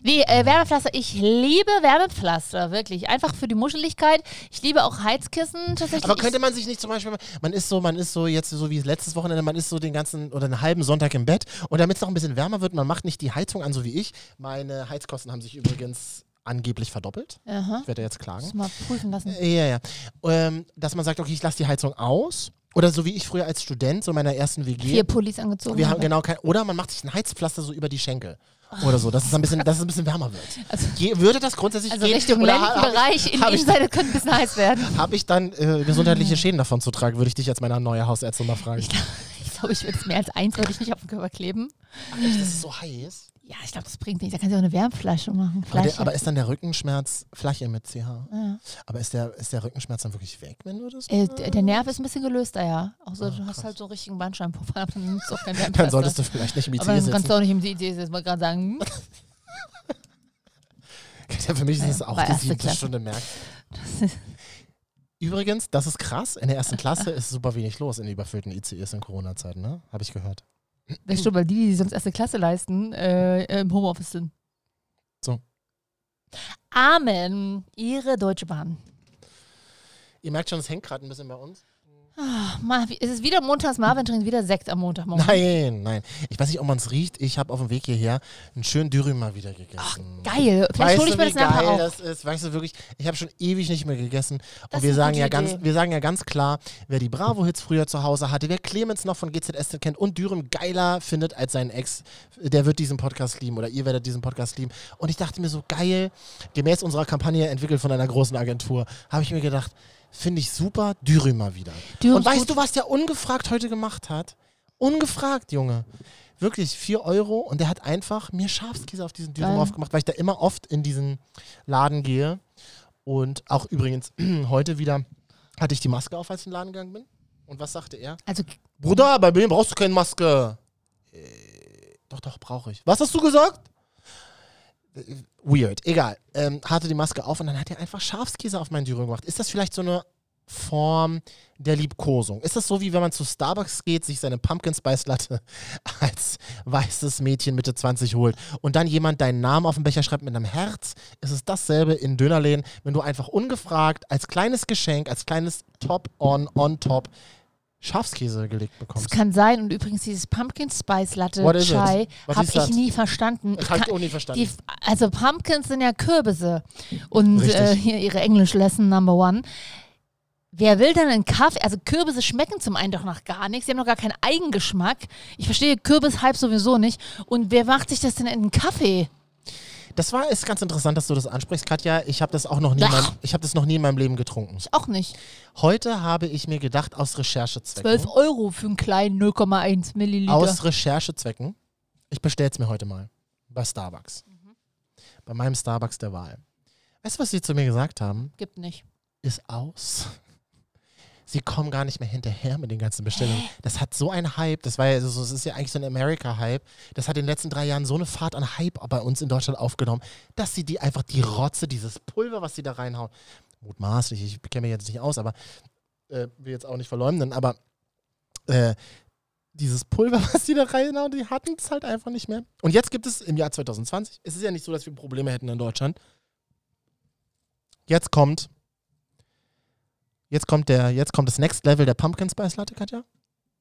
Nee, äh, Wärmepflaster, ich liebe Wärmepflaster, wirklich. Einfach für die Muscheligkeit. Ich liebe auch Heizkissen tatsächlich. Aber könnte man sich nicht zum Beispiel, man ist so, man ist so jetzt so wie letztes Wochenende, man ist so den ganzen oder einen halben Sonntag im Bett und damit es noch ein bisschen wärmer wird, man macht nicht die Heizung an, so wie ich. Meine Heizkosten haben sich übrigens angeblich verdoppelt. ich, Aha. Ich werde jetzt klagen. Äh, Muss mal prüfen lassen. Ja, ja. Ähm, dass man sagt, okay, ich lasse die Heizung aus Oder so wie ich früher als Student, so in meiner ersten WG. Vier Pullis angezogen. wir haben habe. genau kein, oder man macht sich ein Heizpflaster so über die Schenkel oder so, dass es ein bisschen, dass es ein bisschen wärmer wird. Also- Je, würde das grundsätzlich also gehen, Richtung oder ha- Lendenbereich, in hab die ich- Innenseite könnte ein bisschen heiß werden. Habe ich dann äh, gesundheitliche Schäden davon zu tragen, würde ich dich als meine neue Hausärztin mal fragen. Ich glaube, ich, glaub, ich würde es mehr als eins würde ich nicht auf den Körper kleben. Echt, das ist so heiß. Ja, ich glaube, das bringt nichts. Da kannst du auch eine Wärmflasche machen. Aber, der, Flasche. aber ist dann der Rückenschmerz Flasche mit CH? Ja. Aber ist der, ist der Rückenschmerz dann wirklich weg, wenn du das? Äh, d- der Nerv ist ein bisschen gelöster, ja. Auch so, Ah, du krass. hast halt so einen richtigen Bandscheibenpuffer, aber dann nimmst du auch kein Wärmflasche. Dann solltest du vielleicht nicht im ICE Aber dann kannst du sitzen. auch nicht im ICE sitzen, wollte gerade sagen. Ja, für mich ist es Ja, auch war die erste siebte Klasse. Stunde merk. Übrigens, das ist krass. In der ersten Klasse ist super wenig los in den überfüllten ICEs in Corona-Zeiten, ne? Habe ich gehört. Das stimmt, weil die, die sonst erste Klasse leisten, äh, im Homeoffice sind. So. Amen. Ihre Deutsche Bahn. Ihr merkt schon, es hängt gerade ein bisschen bei uns. Ach, Mar- Es ist wieder montags, Marvin trinkt wieder Sekt am Montagmorgen. Nein, nein. Ich weiß nicht, ob man es riecht. Ich habe auf dem Weg hierher einen schönen Dürüm mal wieder gegessen. Geil. Vielleicht Weißt hole du, ich mir wie das nachher geil auch. das ist? Weißt du wirklich, ich habe schon ewig nicht mehr gegessen. Das Und ist eine wir sagen, gute ja ganz, Idee. wir sagen ja ganz klar, wer die Bravo-Hits früher zu Hause hatte, wer Clemens noch von GZS kennt und Dürüm geiler findet als seinen Ex, der wird diesen Podcast lieben oder ihr werdet diesen Podcast lieben. Und ich dachte mir so, geil, gemäß unserer Kampagne entwickelt von einer großen Agentur, habe ich mir gedacht, finde ich super, Dürüm mal wieder. Dürüm und ist weißt gut. du, was der ungefragt heute gemacht hat? Ungefragt, Junge. Wirklich 4 Euro und der hat einfach mir Schafskäse auf diesen Dürüm Geil. aufgemacht, weil ich da immer oft in diesen Laden gehe. Und auch übrigens heute wieder hatte ich die Maske auf, als ich in den Laden gegangen bin. Und was sagte er? Also, Bruder, bei mir brauchst du keine Maske. Äh, doch, doch, brauche ich. Was hast du gesagt? Äh, Weird, egal. Ähm, hatte die Maske auf und dann hat er einfach Schafskäse auf meinen Dürüm gemacht. Ist das vielleicht so eine Form der Liebkosung? Ist das so, wie wenn man zu Starbucks geht, sich seine Pumpkin Spice Latte als weißes Mädchen Mitte 20 holt und dann jemand deinen Namen auf den Becher schreibt mit einem Herz? Ist es dasselbe in Dönerläden, wenn du einfach ungefragt als kleines Geschenk, als kleines Top-on, on-top Schafskäse gelegt es bekommst? kann sein. Und übrigens, dieses Pumpkin Spice Latte What is it? Chai Was habe ist ich das? nie verstanden. Ich Hab ich kann- auch nie Die, verstanden. also Pumpkins sind ja Kürbisse. Und Richtig. äh, hier ihre English Lesson Number One. Wer will denn einen Kaffee? Also Kürbisse schmecken zum einen doch nach gar nichts. Sie haben doch gar keinen Eigengeschmack. Ich verstehe Kürbishype sowieso nicht. Und wer macht sich das denn in einen Kaffee? Das war ist ganz interessant, dass du das ansprichst, Katja. Ich habe das auch noch nie, in Ach. meinem, ich habe das noch nie in meinem Leben getrunken. Ich auch nicht. Heute habe ich mir gedacht aus Recherchezwecken. 12 Euro für einen kleinen 0,1 Milliliter. Aus Recherchezwecken. Ich bestelle es mir heute mal. Bei Starbucks. Bei meinem Starbucks der Wahl. Weißt du, was sie zu mir gesagt haben? Gibt nicht. Ist aus. Sie kommen gar nicht mehr hinterher mit den ganzen Bestellungen. Das hat so einen Hype. Das war ja, so, es ist ja eigentlich so ein America-Hype. Das hat in den letzten drei Jahren so eine Fahrt an Hype bei uns in Deutschland aufgenommen, dass sie die einfach die Rotze, dieses Pulver, was sie da reinhauen, mutmaßlich, ich kenne mich jetzt nicht aus, aber äh, will jetzt auch nicht verleumden, aber äh, dieses Pulver, was die da reinhauen, die hatten es halt einfach nicht mehr. Und jetzt gibt es im Jahr 2020, es ist ja nicht so, dass wir Probleme hätten in Deutschland. Jetzt kommt, jetzt kommt der, jetzt kommt das Next Level der Pumpkin Spice Latte, Katja?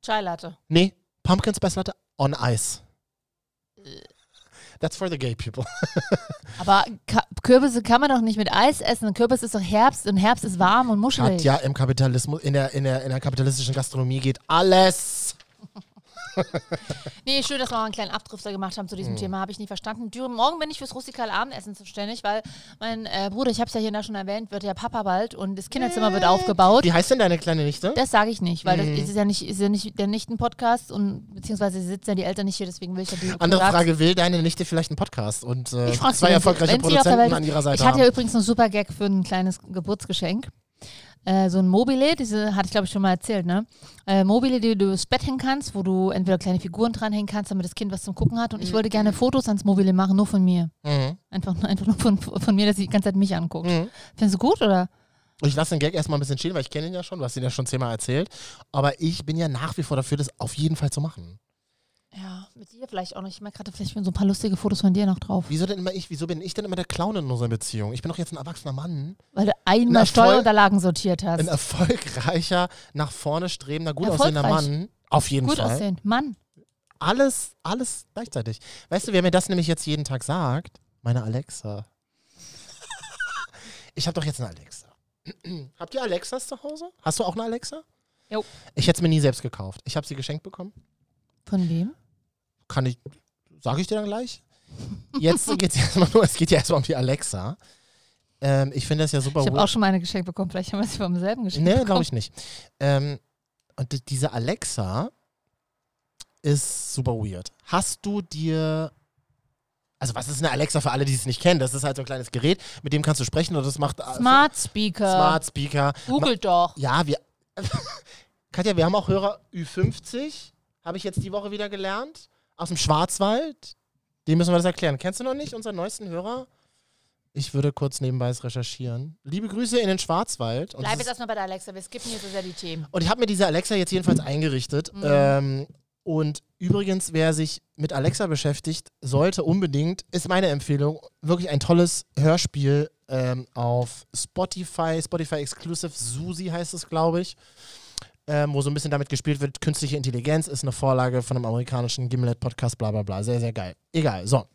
Chai Latte. Nee, Pumpkin Spice Latte on Ice. That's for the gay people. Aber Ka Kürbisse kann man doch nicht mit Eis essen. Kürbis ist doch Herbst und Herbst ist warm und muschelig. Katja im Kapitalismus, in der, in der, in der kapitalistischen Gastronomie geht alles. Nee, schön, dass wir mal einen kleinen Abdrifter gemacht haben zu Hm. diesem Thema. Habe ich nie verstanden. Dürüm, morgen bin ich fürs rustikale Abendessen zuständig, weil mein äh, Bruder, ich habe es ja hier schon erwähnt, wird ja Papa bald und das Kinderzimmer wird aufgebaut. Wie heißt denn deine kleine Nichte? Das sage ich nicht, weil Hm. das ist ja nicht, ist ja nicht der Nichten-Podcast und beziehungsweise sitzen ja die Eltern nicht hier, deswegen will ich ja die Andere privat- Frage, will deine Nichte vielleicht einen Podcast? Und äh, Ich frage zwei erfolgreiche Produzenten an ihrer Seite Ich hatte ja haben. übrigens einen super Gag für ein kleines Geburtsgeschenk. Äh, so ein Mobile, diese hatte ich glaube ich schon mal erzählt, ne? Äh, Mobile, die du ins Bett hängen kannst, wo du entweder kleine Figuren dranhängen kannst, damit das Kind was zum Gucken hat. Und ich wollte gerne Fotos ans Mobile machen, nur von mir. Mhm. Einfach, nur- einfach nur von, von mir, dass sie die ganze Zeit mich anguckt. Mhm. Findest du gut, oder? Ich lasse den Gag erstmal ein bisschen stehen, weil ich kenne ihn ja schon, du hast ihn ja schon zehnmal erzählt. Aber ich bin ja nach wie vor dafür, das auf jeden Fall zu machen. Ja, mit dir vielleicht auch noch. Ich merke gerade, vielleicht sind so ein paar lustige Fotos von dir noch drauf. Wieso denn immer ich? Wieso bin ich denn immer der Clown in unserer Beziehung? Ich bin doch jetzt ein erwachsener Mann. Weil du Na, voll- einmal Steuerunterlagen sortiert hast. Ein erfolgreicher, nach vorne strebender, gut aussehender Erfolgreich. Mann. Auf jeden Gut Fall. aussehen. Mann. Alles, alles gleichzeitig. Weißt du, wer mir das nämlich jetzt jeden Tag sagt? Meine Alexa. Ich habe doch jetzt eine Alexa. Habt ihr Alexas zu Hause? Hast du auch eine Alexa? Jo. Ich hätte es mir nie selbst gekauft. Ich habe sie geschenkt bekommen. Von wem? Kann ich, sage ich dir dann gleich. Jetzt geht es erstmal nur, es geht ja erstmal um die Alexa. Ähm, ich finde das ja super Ich habe weird. auch schon mal eine geschenkt bekommen. Vielleicht haben wir sie vom selben geschenkt Nee, bekommen. glaube ich nicht. Ähm, und di- diese Alexa ist super weird. Hast du dir. Also, was ist eine Alexa für alle, die es nicht kennen? Das ist halt so ein kleines Gerät, mit dem kannst du sprechen und das macht. äh, Smart Speaker. Smart Speaker. Google doch. Ja, wir. Katja, wir haben auch Hörer Ü50, habe ich jetzt die Woche wieder gelernt, aus dem Schwarzwald. Dem müssen wir das erklären. Kennst du noch nicht unseren neuesten Hörer? Ich würde kurz nebenbei es recherchieren. Liebe Grüße in den Schwarzwald. Und Bleib es jetzt ist- erstmal bei der Alexa. Wir skippen hier so sehr die Themen. und ich habe mir diese Alexa jetzt jedenfalls eingerichtet. Ähm, und übrigens, wer sich mit Alexa beschäftigt, sollte unbedingt, ist meine Empfehlung, wirklich ein tolles Hörspiel ähm, auf Spotify, Spotify Exclusive, Susi heißt es, glaube ich, ähm, wo so ein bisschen damit gespielt wird. Künstliche Intelligenz ist eine Vorlage von einem amerikanischen Gimlet-Podcast, bla bla bla. Sehr, sehr geil. Egal, so.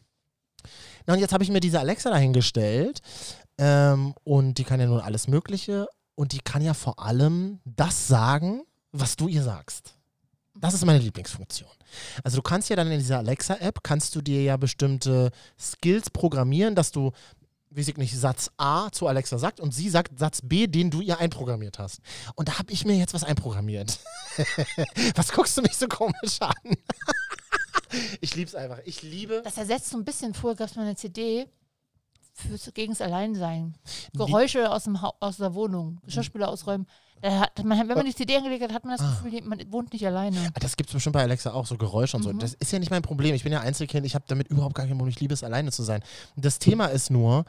Na und jetzt habe ich mir diese Alexa dahingestellt ähm, und die kann ja nun alles Mögliche und die kann ja vor allem das sagen, was du ihr sagst. Das ist meine Lieblingsfunktion. Also du kannst ja dann in dieser Alexa-App, kannst du dir ja bestimmte Skills programmieren, dass du, weiß ich nicht, Satz A zu Alexa sagt und sie sagt Satz B, den du ihr einprogrammiert hast. Und da habe ich mir jetzt was einprogrammiert. was guckst du mich so komisch an? ich lieb's einfach. Ich liebe... Das ersetzt so ein bisschen vorher gab es mal eine CD fürs gegens Alleinsein. Geräusche aus, dem Hau- aus der Wohnung, Hm. Geschirrspüler ausräumen. Da hat man, wenn man Äh. die CD angelegt hat, hat man das Gefühl, man wohnt nicht alleine. Ah, Das gibt es bestimmt bei Alexa auch, so Geräusche und so. Das ist ja nicht mein Problem. Ich bin ja Einzelkind, ich habe damit überhaupt gar kein Problem. Ich liebe es, alleine zu sein. Und Das Thema ist nur,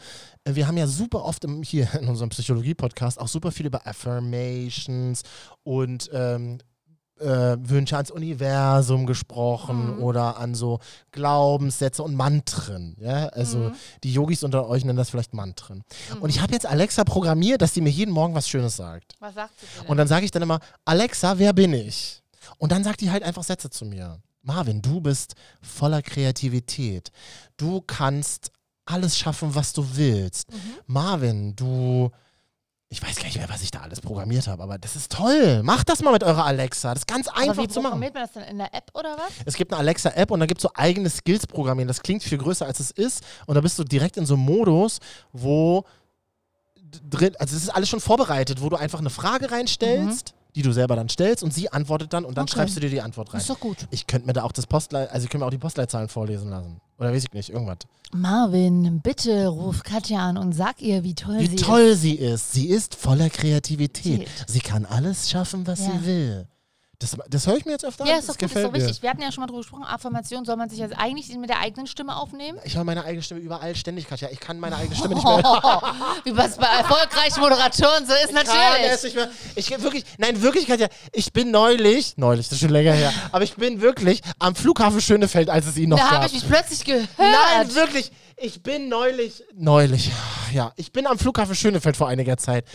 äh, wir haben ja super oft im, hier in unserem Psychologie-Podcast auch super viel über Affirmations und ähm, äh, Wünsche ans Universum gesprochen oder an so Glaubenssätze und Mantren. Ja? Also die Yogis unter euch nennen das vielleicht Mantren. Und ich habe jetzt Alexa programmiert, dass sie mir jeden Morgen was Schönes sagt. Was sagt sie denn? Und dann sage ich dann immer, Alexa, wer bin ich? Und dann sagt die halt einfach Sätze zu mir. Marvin, du bist voller Kreativität. Du kannst alles schaffen, was du Mhm. willst. Marvin, du... Ich weiß gar nicht mehr, was ich da alles programmiert habe, aber das ist toll. Macht das mal mit eurer Alexa. Das ist ganz Aber einfach wie zu machen. programmiert man das dann in der App oder was? Es gibt eine Alexa-App und da gibt es so eigene Skills programmieren. Das klingt viel größer, als es ist. Und da bist du direkt in so einem Modus, wo d- drin, also es ist alles schon vorbereitet, wo du einfach eine Frage reinstellst, die du selber dann stellst und sie antwortet dann und dann Mhm. Okay. schreibst du dir die Antwort rein. Ist doch gut. Ich könnte mir da auch das Postlei also ich könnte mir auch die Postleitzahlen vorlesen lassen. Oder weiß ich nicht, irgendwas. Marvin, bitte ruf Katja an und sag ihr, wie toll Wie sie toll sie ist. Sie ist voller Kreativität. Sie- Sie kann alles schaffen, was Ja. sie will. Das, das höre ich mir jetzt öfter ist. Ja, an. ist doch das gut, ist doch gefällt mir. wichtig. Wir hatten ja schon mal drüber gesprochen, Affirmation soll man sich jetzt eigentlich mit der eigenen Stimme aufnehmen. Ich höre meine eigene Stimme überall ständig, Katja. Ich kann meine eigene Stimme nicht mehr Wie was bei erfolgreichen Moderatoren so ist, Kann natürlich. es nicht mehr. ne? Ich wirklich, nein, wirklich, Katja, ich bin neulich, neulich, das ist schon länger her, aber ich bin wirklich am Flughafen Schönefeld, als es ihn noch Da habe gab. ich mich plötzlich gehört. nein, wirklich, ich bin neulich, neulich, ja, ich bin am Flughafen Schönefeld vor einiger Zeit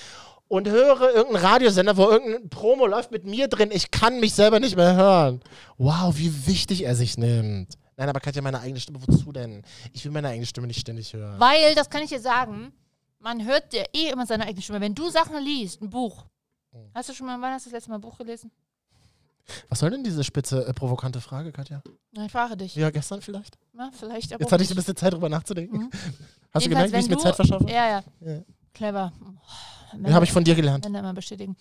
und höre irgendeinen Radiosender, wo irgendein Promo läuft mit mir drin. Ich kann mich selber nicht mehr hören. Wow, wie wichtig er sich nimmt. Nein, aber Katja, meine eigene Stimme, wozu denn? Ich will meine eigene Stimme nicht ständig hören. Weil, das kann ich dir sagen, man hört ja eh immer seine eigene Stimme. Wenn du Sachen liest, ein Buch. Hast du schon mal, wann hast du das letzte Mal ein Buch gelesen? Was soll denn diese spitze, äh, provokante Frage, Katja? Na, ich frage dich. Ja, gestern vielleicht? Na, vielleicht aber Jetzt auch hatte ich ein nicht. Mhm. bisschen Zeit, drüber nachzudenken. Hast du Jedenfalls, gemerkt, wie ich wenn mir du- Zeit verschaffe? Ja, ja. Ja. Clever. Den habe ich von dir gelernt. Männer immer bestätigen.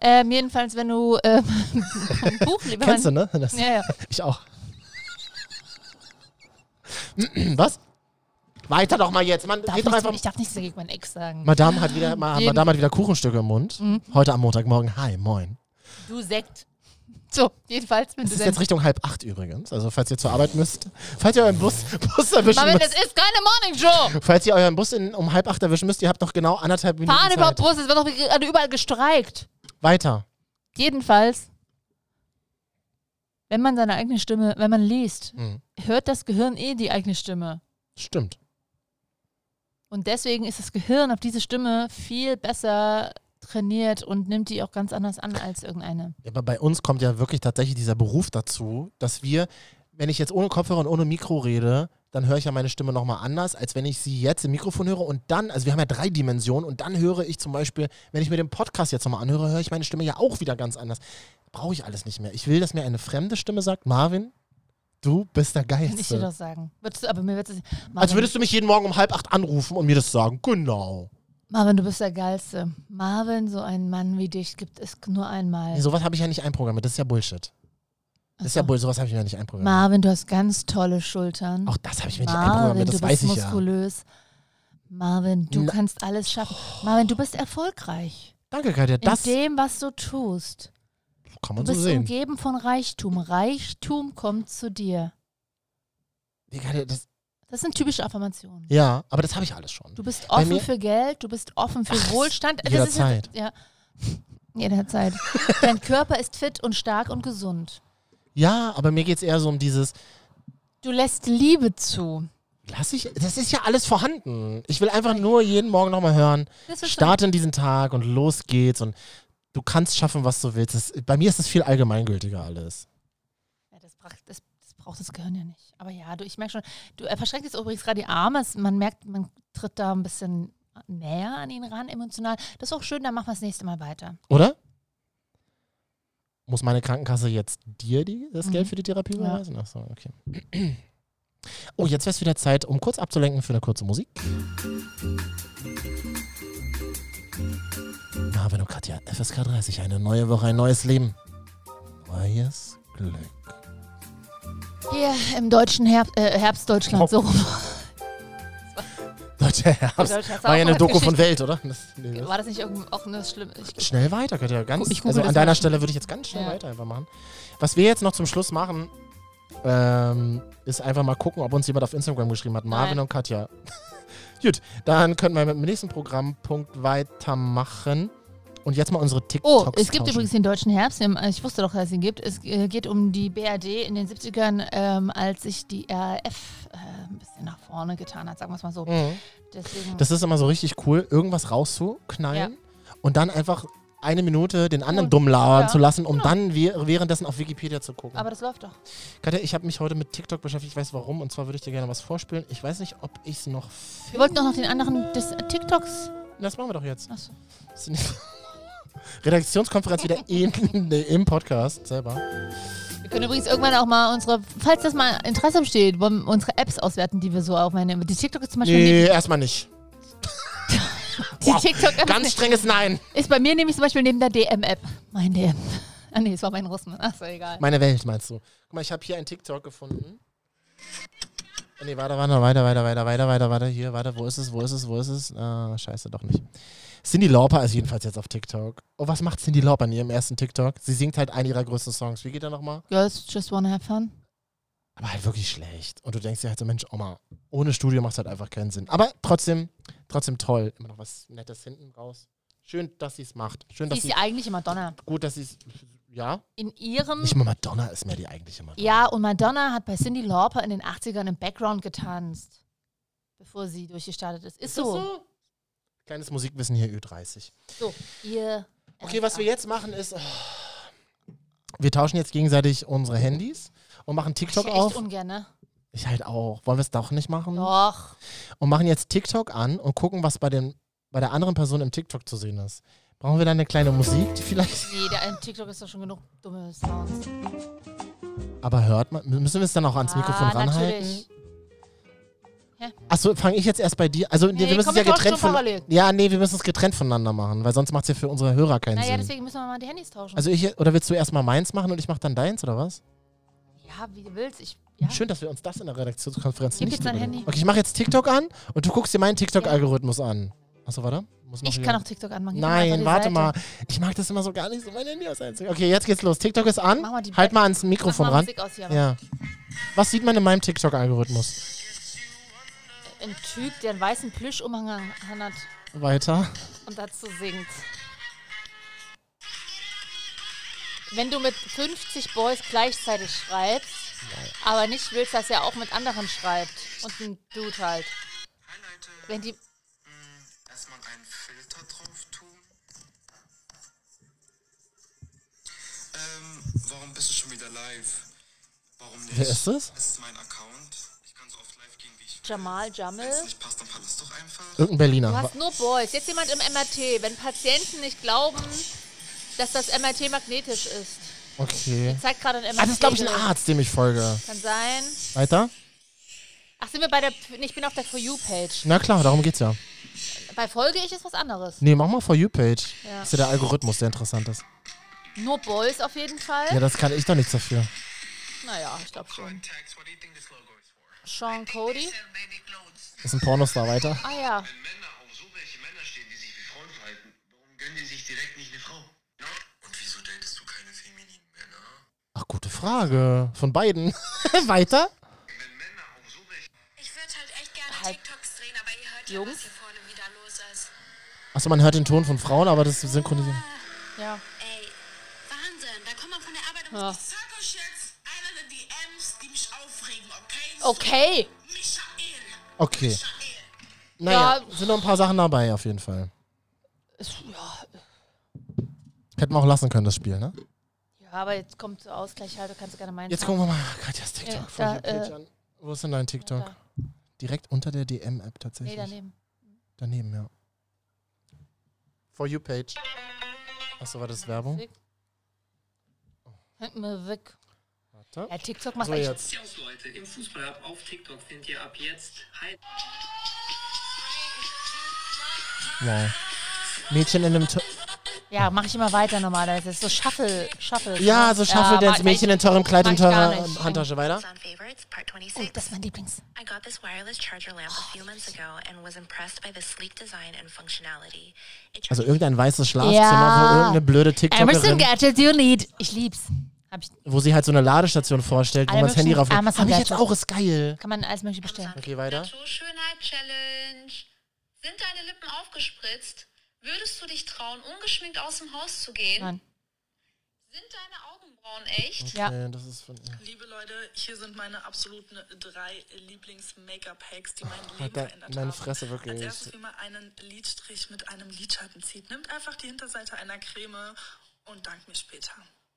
Ähm, jedenfalls, wenn du ähm, ein Buch liest. Kennst du, ne? Das, Ja, ja. Ich auch. Was? Weiter doch mal jetzt, Mann. Darf Geht nicht, doch einfach. ich darf nichts gegen meinen Ex sagen. Madame hat wieder, Ma Jeden- Mhm. Madame hat wieder Kuchenstücke im Mund. Heute am Montagmorgen. Hi, moin. Du Sekt. So, jedenfalls, wenn Es du ist Sekt. jetzt Richtung halb acht übrigens. Also, falls ihr zur Arbeit müsst, falls ihr euren Bus, Mhm. Bus erwischen Marvin, das müsst. ist keine Morning Show. Falls ihr euren Bus in, um halb acht erwischen müsst, ihr habt noch genau anderthalb Minuten Fahren überhaupt Zeit. Bus, es wird doch gerade überall gestreikt. Weiter. Jedenfalls, wenn man seine eigene Stimme, wenn man liest, Mhm. hört das Gehirn eh die eigene Stimme. Stimmt. Und deswegen ist das Gehirn auf diese Stimme viel besser trainiert und nimmt die auch ganz anders an als irgendeine. Ja, aber bei uns kommt ja wirklich tatsächlich dieser Beruf dazu, dass wir, wenn ich jetzt ohne Kopfhörer und ohne Mikro rede, dann höre ich ja meine Stimme nochmal anders, als wenn ich sie jetzt im Mikrofon höre und dann, also wir haben ja drei Dimensionen und dann höre ich zum Beispiel, wenn ich mir den Podcast jetzt nochmal anhöre, höre ich meine Stimme ja auch wieder ganz anders. Brauche ich alles nicht mehr. Ich will, dass mir eine fremde Stimme sagt, Marvin, du bist der Kann ich dir Geilste. doch sagen. Würdest du, aber mir wird es. Als Marvin, äh, würdest du mich jeden Morgen um halb acht anrufen und mir das sagen. Genau. Marvin, du bist der Geilste. Marvin, so einen Mann wie dich gibt es nur einmal. Nee, sowas habe ich ja nicht einprogrammiert. Das ist ja Bullshit. Das ist ja Achso. Bullshit. Sowas habe ich mir ja nicht einprogrammiert. Marvin, du hast ganz tolle Schultern. Auch das habe ich mir nicht Marvin, einprogrammiert. du Das bist weiß ich ja. muskulös. Marvin, du Na- kannst alles schaffen. Marvin, du bist erfolgreich Danke, Katja. in Das dem, was du tust. kann Du man so bist sehen. umgeben von Reichtum. Reichtum kommt zu dir. Nee, Katja, das, Das sind typische Affirmationen. ja, aber das habe ich alles schon. Du bist Bei offen mir- für Geld, du bist offen für Ach, Wohlstand. Das ist jederzeit. Jetzt, ja, jederzeit. Dein Körper ist fit und stark und gesund. Ja, aber mir geht es eher so um dieses, Du lässt Liebe zu. lass ich, das ist ja alles vorhanden. Ich will einfach nur jeden Morgen nochmal hören, Das ist starte in diesen Tag und los geht's und du kannst schaffen, was du willst. Das, bei mir ist es viel allgemeingültiger alles. Ja, das, braucht, das, das braucht das Gehirn ja nicht. Aber ja, du, ich merke schon, du er verschränkt jetzt übrigens gerade die Arme. Es, man merkt, man tritt da ein bisschen näher an ihn ran, emotional. Das ist auch schön, dann machen wir das nächste Mal weiter. Oder? Muss meine Krankenkasse jetzt dir die, das Mhm. Geld für die Therapie Ja. überweisen? Ach so, okay. Oh, jetzt wäre es wieder Zeit, um kurz abzulenken für eine kurze Musik. Marvin und Katja, FSK 30, eine neue Woche, ein neues Leben. Neues Glück. Hier im deutschen Herb äh, Herbstdeutschland, so rum. Deutscher Herbst. Deutscher Herbst War ja auch eine eine Doku Geschichte. von Welt, oder? Das, nee, das- War das nicht irgend- auch eine schlimme? Ich, Schnell weiter, Katja. Ganz, Gu- ich google also das an mal. deiner Stelle würde ich jetzt ganz schnell Ja. weiter einfach machen. Was wir jetzt noch zum Schluss machen, ähm, ist einfach mal gucken, ob uns jemand auf Instagram geschrieben hat. Marvin Nein. und Katja. Gut, dann können wir mit dem nächsten Programmpunkt weitermachen. Und jetzt mal unsere TikToks oh, es gibt tauschen. übrigens den deutschen Herbst. im- Ich wusste doch, dass es ihn gibt. Es äh, geht um die BRD in den 70ern, ähm, als sich die RF äh, ein bisschen nach vorne getan hat, sagen wir es mal so. Mhm. Deswegen, Das ist immer so richtig cool, irgendwas rauszuknallen und dann einfach eine Minute den anderen Cool. dumm labern Ja. zu lassen, um dann we währenddessen auf Wikipedia zu gucken. aber das läuft doch. Katja, ich habe mich heute mit TikTok beschäftigt, ich weiß warum, und zwar würde ich dir gerne was vorspielen. Ich weiß nicht, ob ich es noch Wir wollten doch noch den anderen des äh, TikToks. Das machen wir doch jetzt. Ach so. Das ist nicht- Redaktionskonferenz wieder in, nee, im Podcast selber. Wir können übrigens irgendwann auch mal unsere, falls das mal Interesse besteht, wollen wir unsere Apps auswerten, die wir so auch meine. Die TikTok ist zum Beispiel Nee, erstmal nicht. neben, die TikTok ne- Ganz strenges Nein. ist bei mir nämlich zum Beispiel neben der DM-App. Mein DM. Ah nee, es war mein Russen. Ach so, egal. Meine Welt, meinst du? Guck mal, ich habe hier einen TikTok gefunden. Nee, warte, warte, weiter, weiter, weiter, weiter, weiter, weiter, hier, warte, wo ist es, wo ist es, wo ist es? Ah, scheiße, doch nicht. Cindy Lauper ist jedenfalls jetzt auf TikTok. Oh, was macht Cindy Lauper in ihrem ersten TikTok? Sie singt halt einen ihrer größten Songs. Wie geht er nochmal? Girls just wanna have fun. Aber halt wirklich schlecht. Und du denkst dir halt so, Mensch, Oma, ohne Studio macht es halt einfach keinen Sinn. Aber trotzdem, trotzdem toll. Immer noch was Nettes hinten raus. Schön, dass sie es macht. Schön, Die dass ist sie ja eigentlich Madonna. gut, dass sie es. Ja. In ihrem. Nicht mal Madonna ist mehr die eigentliche Madonna. Ja, und Madonna hat bei Cindy Lauper in den 80ern im Background getanzt. Bevor sie durchgestartet ist. Ist, Ist das so. so? Kleines Musikwissen hier Ü30. so. Ihr. Okay, was wir jetzt machen ist. Oh, wir tauschen jetzt gegenseitig unsere Handys und machen TikTok ich echt auf. Mhm. ungern, ne? Ich halt auch. Wollen wir es doch nicht machen? Doch. und machen jetzt TikTok an und gucken, was bei, den, bei der anderen Person im TikTok zu sehen ist. Brauchen wir dann eine kleine Musik, die vielleicht. Nee, da in TikTok ist doch schon genug dumme Sounds. Aber hört man. Müssen wir es dann auch ans Mikrofon ranhalten? Ah, natürlich. Achso, fange ich jetzt erst bei dir. Also, Nee, wir müssen komm, es ja wir tauschen getrennt schon von. parallel. Ja, nee, wir müssen es getrennt voneinander machen, weil sonst macht es ja für unsere Hörer keinen Naja, Sinn. deswegen müssen wir mal die Handys tauschen. Also, ich. Oder willst du erst mal meins machen und ich mach dann deins, oder was? ja, wie du willst. Ich, ja. Schön, dass wir uns das in der Redaktionskonferenz Gib nicht jetzt dein überlegen. Handy. Okay, ich mache jetzt TikTok an und du guckst dir meinen TikTok-Algorithmus an. Achso, warte. Muss noch ich hier- kann auch TikTok anmachen. Geh mal Nein, die warte Seite. mal. Ich mag das immer so gar nicht, so mein Handy aus einzigen. Okay, jetzt geht's los. TikTok ist an. Mach mal die halt Back- mal ans Mach Mikrofon mal ran. Musik aus hier. Ja. Was sieht man in meinem TikTok-Algorithmus? Ein Typ, der einen weißen Plüschumhang an- hat Weiter. und dazu singt. Wenn du mit 50 Boys gleichzeitig schreibst, aber nicht willst, dass er auch mit anderen schreibt und ein Dude halt. Wenn die erstmal einen Filter drauf tun. Ähm, warum bist du schon wieder live? Warum nicht? Wer ist das? Es ist mein Account. Ich kann so oft live gehen, Jamal Jammel. nicht passt, dann passt es doch einfach. Irgendein Du Berliner. hast nur Boys. Jetzt jemand im MRT. Wenn Patienten nicht glauben, dass das MRT magnetisch ist. Okay. Zeigt gerade ein MRT. Ah, das ist, glaube ich, ein Arzt, dem ich folge. Kann sein. Weiter? Ach, sind wir bei der. nee, Ich bin auf der For You-Page. Na klar, darum geht's ja. Bei Folge ich ist was anderes. Nee, mach mal For You-Page. Ja. Ist ja der Algorithmus, der interessant ist. Nur Boys auf jeden Fall. Ja, das kann ich doch nichts dafür. Naja, ich glaube schon. Sean Cody. Ist ein Pornostar weiter. Ah ja. Wenn Männer auf so welche Männer stehen, die sich wie Frauen verhalten, warum gönnen die sich direkt nicht eine Frau? Und wieso datest du keine femininen Männer? Ach, gute Frage. Von beiden. weiter? Wenn Männer auf so welche Ich würde halt echt gerne Halt. TikToks drehen, aber ihr hört ja, Jungs? was hier vorne wieder los ist. Achso, man hört den Ton von Frauen, aber das synchronisiert. Ja. Ey, Wahnsinn, da kommt man von der Arbeit und Ja. muss Sag euch jetzt einer der DMs, die mich aufregen, okay? Okay. Michael. Okay. Naja, Ja. sind noch ein paar Sachen dabei auf jeden Fall. Ist- Ja, Hätten wir auch lassen können, das Spiel, ne? ja aber jetzt kommt so Ausgleich halt. Du kannst gerne meinen. Jetzt gucken wir mal Katjas Ja, TikTok. Ja, da, Page äh, an. Wo ist denn dein TikTok? da. Direkt unter der DM-App Nee, tatsächlich. daneben. Daneben, ja. For You Page. Achso, war das Werbung? Weg. Hinten mir weg. Warte. Ja, TikTok macht So, echt. jetzt. Servus Leute, im Fußball auf TikTok sind ihr ab jetzt Highlights. Wow. Mädchen in einem Tor. Ja, mach ich immer weiter normal. Das ist so Shuffle. Shuffle Ja, also so Shuffle Dance, mach- Mädchen in teurem Kleid mach und ich gar teurer nicht. Handtasche weiter. on favorites, part Oh, 26. das ist mein Lieblings. I got this wireless charger lamp a few months ago and was impressed by the sleek design and functionality. It Also charges- irgendein weißes Schlafzimmer, Ja. Äh, wo irgendeine blöde Emerson TikTokerin, Gadget, you need. Ich lieb's. Hab ich, wo sie halt so eine Ladestation vorstellt, wo Alle man das Handy möglichen rauf. Amazon Hab ich jetzt Gadgets. auch, ist geil. kann man alles mögliche bestellen. Okay, weiter. Schönheit-Challenge. Sind deine Lippen aufgespritzt? Würdest du dich trauen, ungeschminkt aus dem Haus zu gehen? Nein. Sind deine Augenbrauen echt? Ja. Okay, Äh, das ist von ihr. Liebe Leute, hier sind meine absoluten drei Lieblings-Make-up-Hacks, die mein Hat Leben da- verändert meine haben. Fresse, wirklich. Als erstes, wie man einen Lidstrich mit einem Lidschatten zieht. Nimmt einfach die Hinterseite einer Creme und dankt mir später.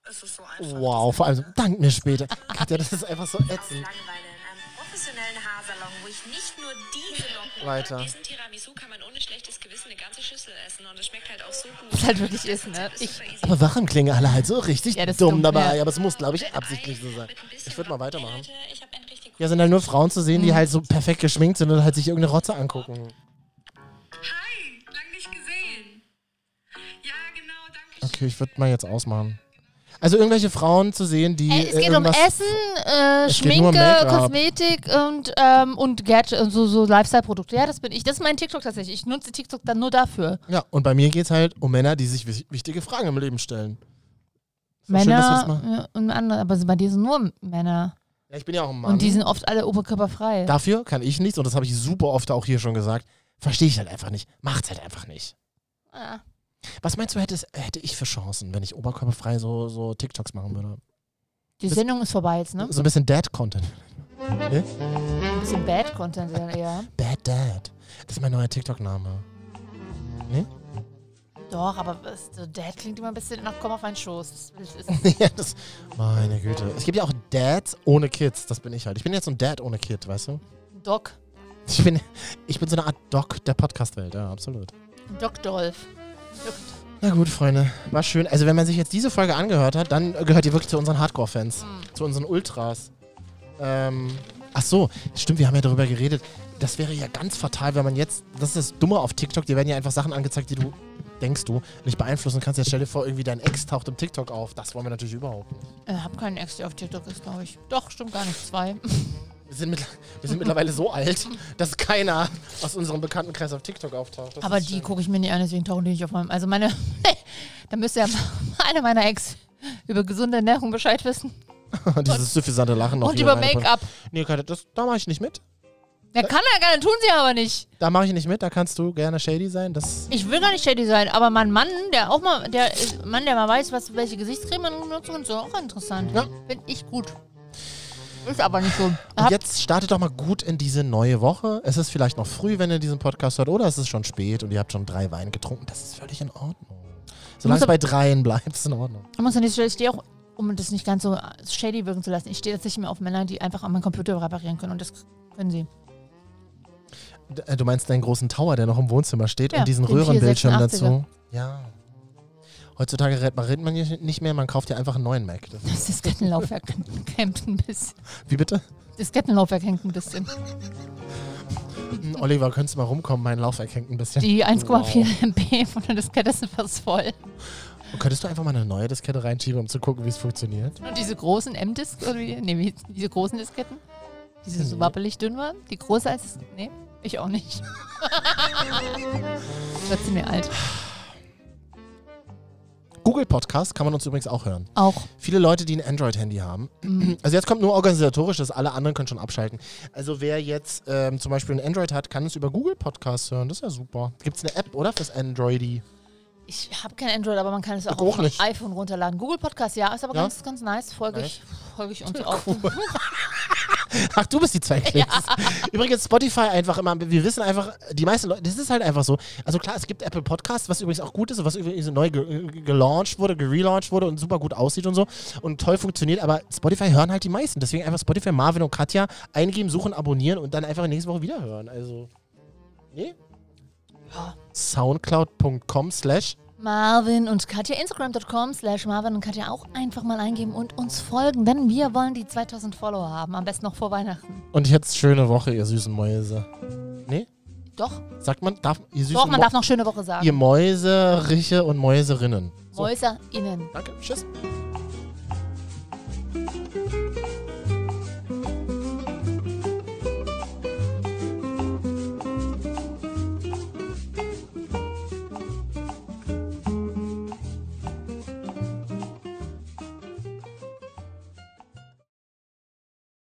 Es ist so einfach. Wow, vor allem, so, dank mir später. Katja, das ist einfach so ätzend. Langeweile in einem professionellen Haarsalon, wo ich nicht nur diese Locken... Weiter. Diesen Tiramisu kann man ohne schlechtes Gewissen eine ganze Schüssel essen und es schmeckt halt auch so gut. Was halt wirklich ist, ne? Ich, Aber warum klingen alle halt so richtig Ja, das ist dumm, dumm, dabei? ja. Aber es muss, glaube ich, absichtlich so sein. Mit ein bisschen Ich würde mal Locken. Hey, weitermachen. Leute, ich hab endlich die Ja, sind halt nur Frauen zu Mhm. sehen, die halt so perfekt geschminkt sind und halt sich irgendeine Rotze angucken. Hi, lang nicht gesehen. Ja, genau, danke Okay, ich würde mal jetzt ausmachen. Also irgendwelche Frauen zu sehen, die. Ey, es äh, geht um irgendwas- Essen, äh, Es geht nur um Schminke, Make-up. Kosmetik und, ähm, und Gadget und so, so Lifestyle-Produkte. Ja, das bin ich. Das ist mein TikTok tatsächlich. Ich nutze TikTok dann nur dafür. Ja, und bei mir geht es halt um Männer, die sich wich- wichtige Fragen im Leben stellen. Ist doch schön, dass Männer wir's mal- ja, und andere, aber bei dir sind nur Männer. ja, ich bin ja auch ein Mann. Und die sind oft alle oberkörperfrei. Dafür kann ich nichts, und das habe ich super oft auch hier schon gesagt, verstehe ich halt einfach nicht. Macht's halt einfach nicht. Ah. Was meinst du, hätte, es- hätte ich für Chancen, wenn ich oberkörperfrei so, so TikToks machen würde? Die Sendung ist vorbei jetzt, ne? So ein bisschen Dad-Content. Ne? Ein bisschen Bad-Content dann eher. Bad Dad. Das ist mein neuer TikTok-Name. Doch, aber was- so Dad klingt immer ein bisschen nach Komm auf meinen Schoß. Das ist, ja, das. Meine Güte. Es gibt ja auch Dads ohne Kids. Das bin ich halt. Ich bin jetzt so ein Dad ohne Kid, weißt du? Doc. Ich bin, ich bin so eine Art Doc der Podcast-Welt. Ja, absolut. Doc Dolph. Na gut, Freunde, war schön. Also wenn man sich jetzt diese Folge angehört hat, dann äh, gehört ihr wirklich zu unseren Hardcore-Fans, Mhm. zu unseren Ultras. Ähm, ach so, stimmt, wir haben ja darüber geredet. Das wäre ja ganz fatal, wenn man jetzt, das ist das Dumme auf TikTok, dir werden ja einfach Sachen angezeigt, die du, denkst du, nicht beeinflussen kannst. Jetzt stell dir vor, irgendwie dein Ex taucht im TikTok auf. Das wollen wir natürlich überhaupt nicht. Äh, hab keinen Ex, der auf TikTok ist, glaube ich. Doch, stimmt gar nicht. Zwei. Wir sind, mit, wir sind mittlerweile so alt, dass keiner aus unserem Bekanntenkreis auf TikTok auftaucht. Das Aber ist die schön. gucke ich mir nicht an, deswegen tauchen die nicht auf meinem. Also meine, da müsste ja einer meiner Ex über gesunde Ernährung Bescheid wissen. Dieses suffisante Lachen noch und hier über rein. Make-up. Nee, Katja, das, da mache ich nicht mit. Der kann ja gerne, tun sie aber nicht. Da mache ich nicht mit, da kannst du gerne shady sein. Das Ich will gar nicht shady sein, aber mein Mann, der auch mal, der ist- Mann, der mal weiß, was, welche Gesichtscreme man benutzt und so, auch interessant. Ja. Finde ich gut. Ist aber nicht so. und Hab, jetzt startet doch mal gut in diese neue Woche. Es ist vielleicht noch früh, wenn ihr diesen Podcast hört, oder es ist schon spät und ihr habt schon drei Wein getrunken. Das ist völlig in Ordnung. Solange es bei dreien bleibt, ist in Ordnung. ich muss an dieser Stelle, ich stehe auch, um das nicht ganz so shady wirken zu lassen, ich stehe tatsächlich mehr auf Männer, die einfach an meinen Computer reparieren können und das können sie. D- äh, Du meinst deinen großen Tower, der noch im Wohnzimmer steht Ja, und diesen den Röhrenbildschirm 486er. dazu? Ja. Heutzutage redet man, redet man hier nicht mehr, man kauft ja einfach einen neuen Mac. Das, Das Diskettenlaufwerk hängt ein bisschen. wie bitte? Diskettenlaufwerk hängt ein bisschen. Hm, Oliver, könntest du mal rumkommen? Mein Laufwerk hängt ein bisschen. Die 1,4 MB von der Diskette sind fast voll. Und könntest du einfach mal eine neue Diskette reinschieben, um zu gugucken, wie es funktioniert? Und diese großen M-Disks, oder wie? Nee, wie, diese großen Disketten? Die sind so wappelig dünn waren? Die große als. Nee, ich auch nicht. Wird sie mir alt. Google Podcast kann man uns übrigens auch hören. Auch. Viele Leute, die ein Android-Handy haben. Also jetzt kommt nur organisatorisch, dass alle anderen können schon abschalten. Also wer jetzt ähm, zum Beispiel ein Android hat, kann es über Google Podcast hören. Das ist ja super. Gibt es eine App, oder? Fürs Androidi. Ich habe kein Android, aber man kann es auch, Auch auf dem nicht. iPhone runterladen. Google Podcast, ja, ist aber Ja? ganz, ganz nice. Folge ich, folge ich uns auch. Ach, du bist die zwei Klicks. Übrigens, Spotify einfach immer, wir wissen einfach, die meisten Leute, das ist halt einfach so. Also klar, es gibt Apple Podcasts, was übrigens auch gut ist und was übrigens neu ge ge- gelauncht wurde, gelauncht wurde und super gut aussieht und so und toll funktioniert, aber Spotify hören halt die meisten. Deswegen einfach Spotify, Marvin und Katja eingeben, suchen, abonnieren und dann einfach nächste Woche wieder hören. Also, nee? Soundcloud.com slash Marvin und Katja, Instagram.com slash Marvin und Katja auch einfach mal eingeben und uns folgen, denn wir wollen die 2000 Follower haben. Am besten noch vor Weihnachten. und jetzt schöne Woche, ihr süßen Mäuse. Nee? Doch, Sagt man, darf, ihr süßen doch man Mo- darf noch schöne Woche sagen. Ihr Mäuseriche und Mäuserinnen. So. Mäuser innen. Danke, tschüss.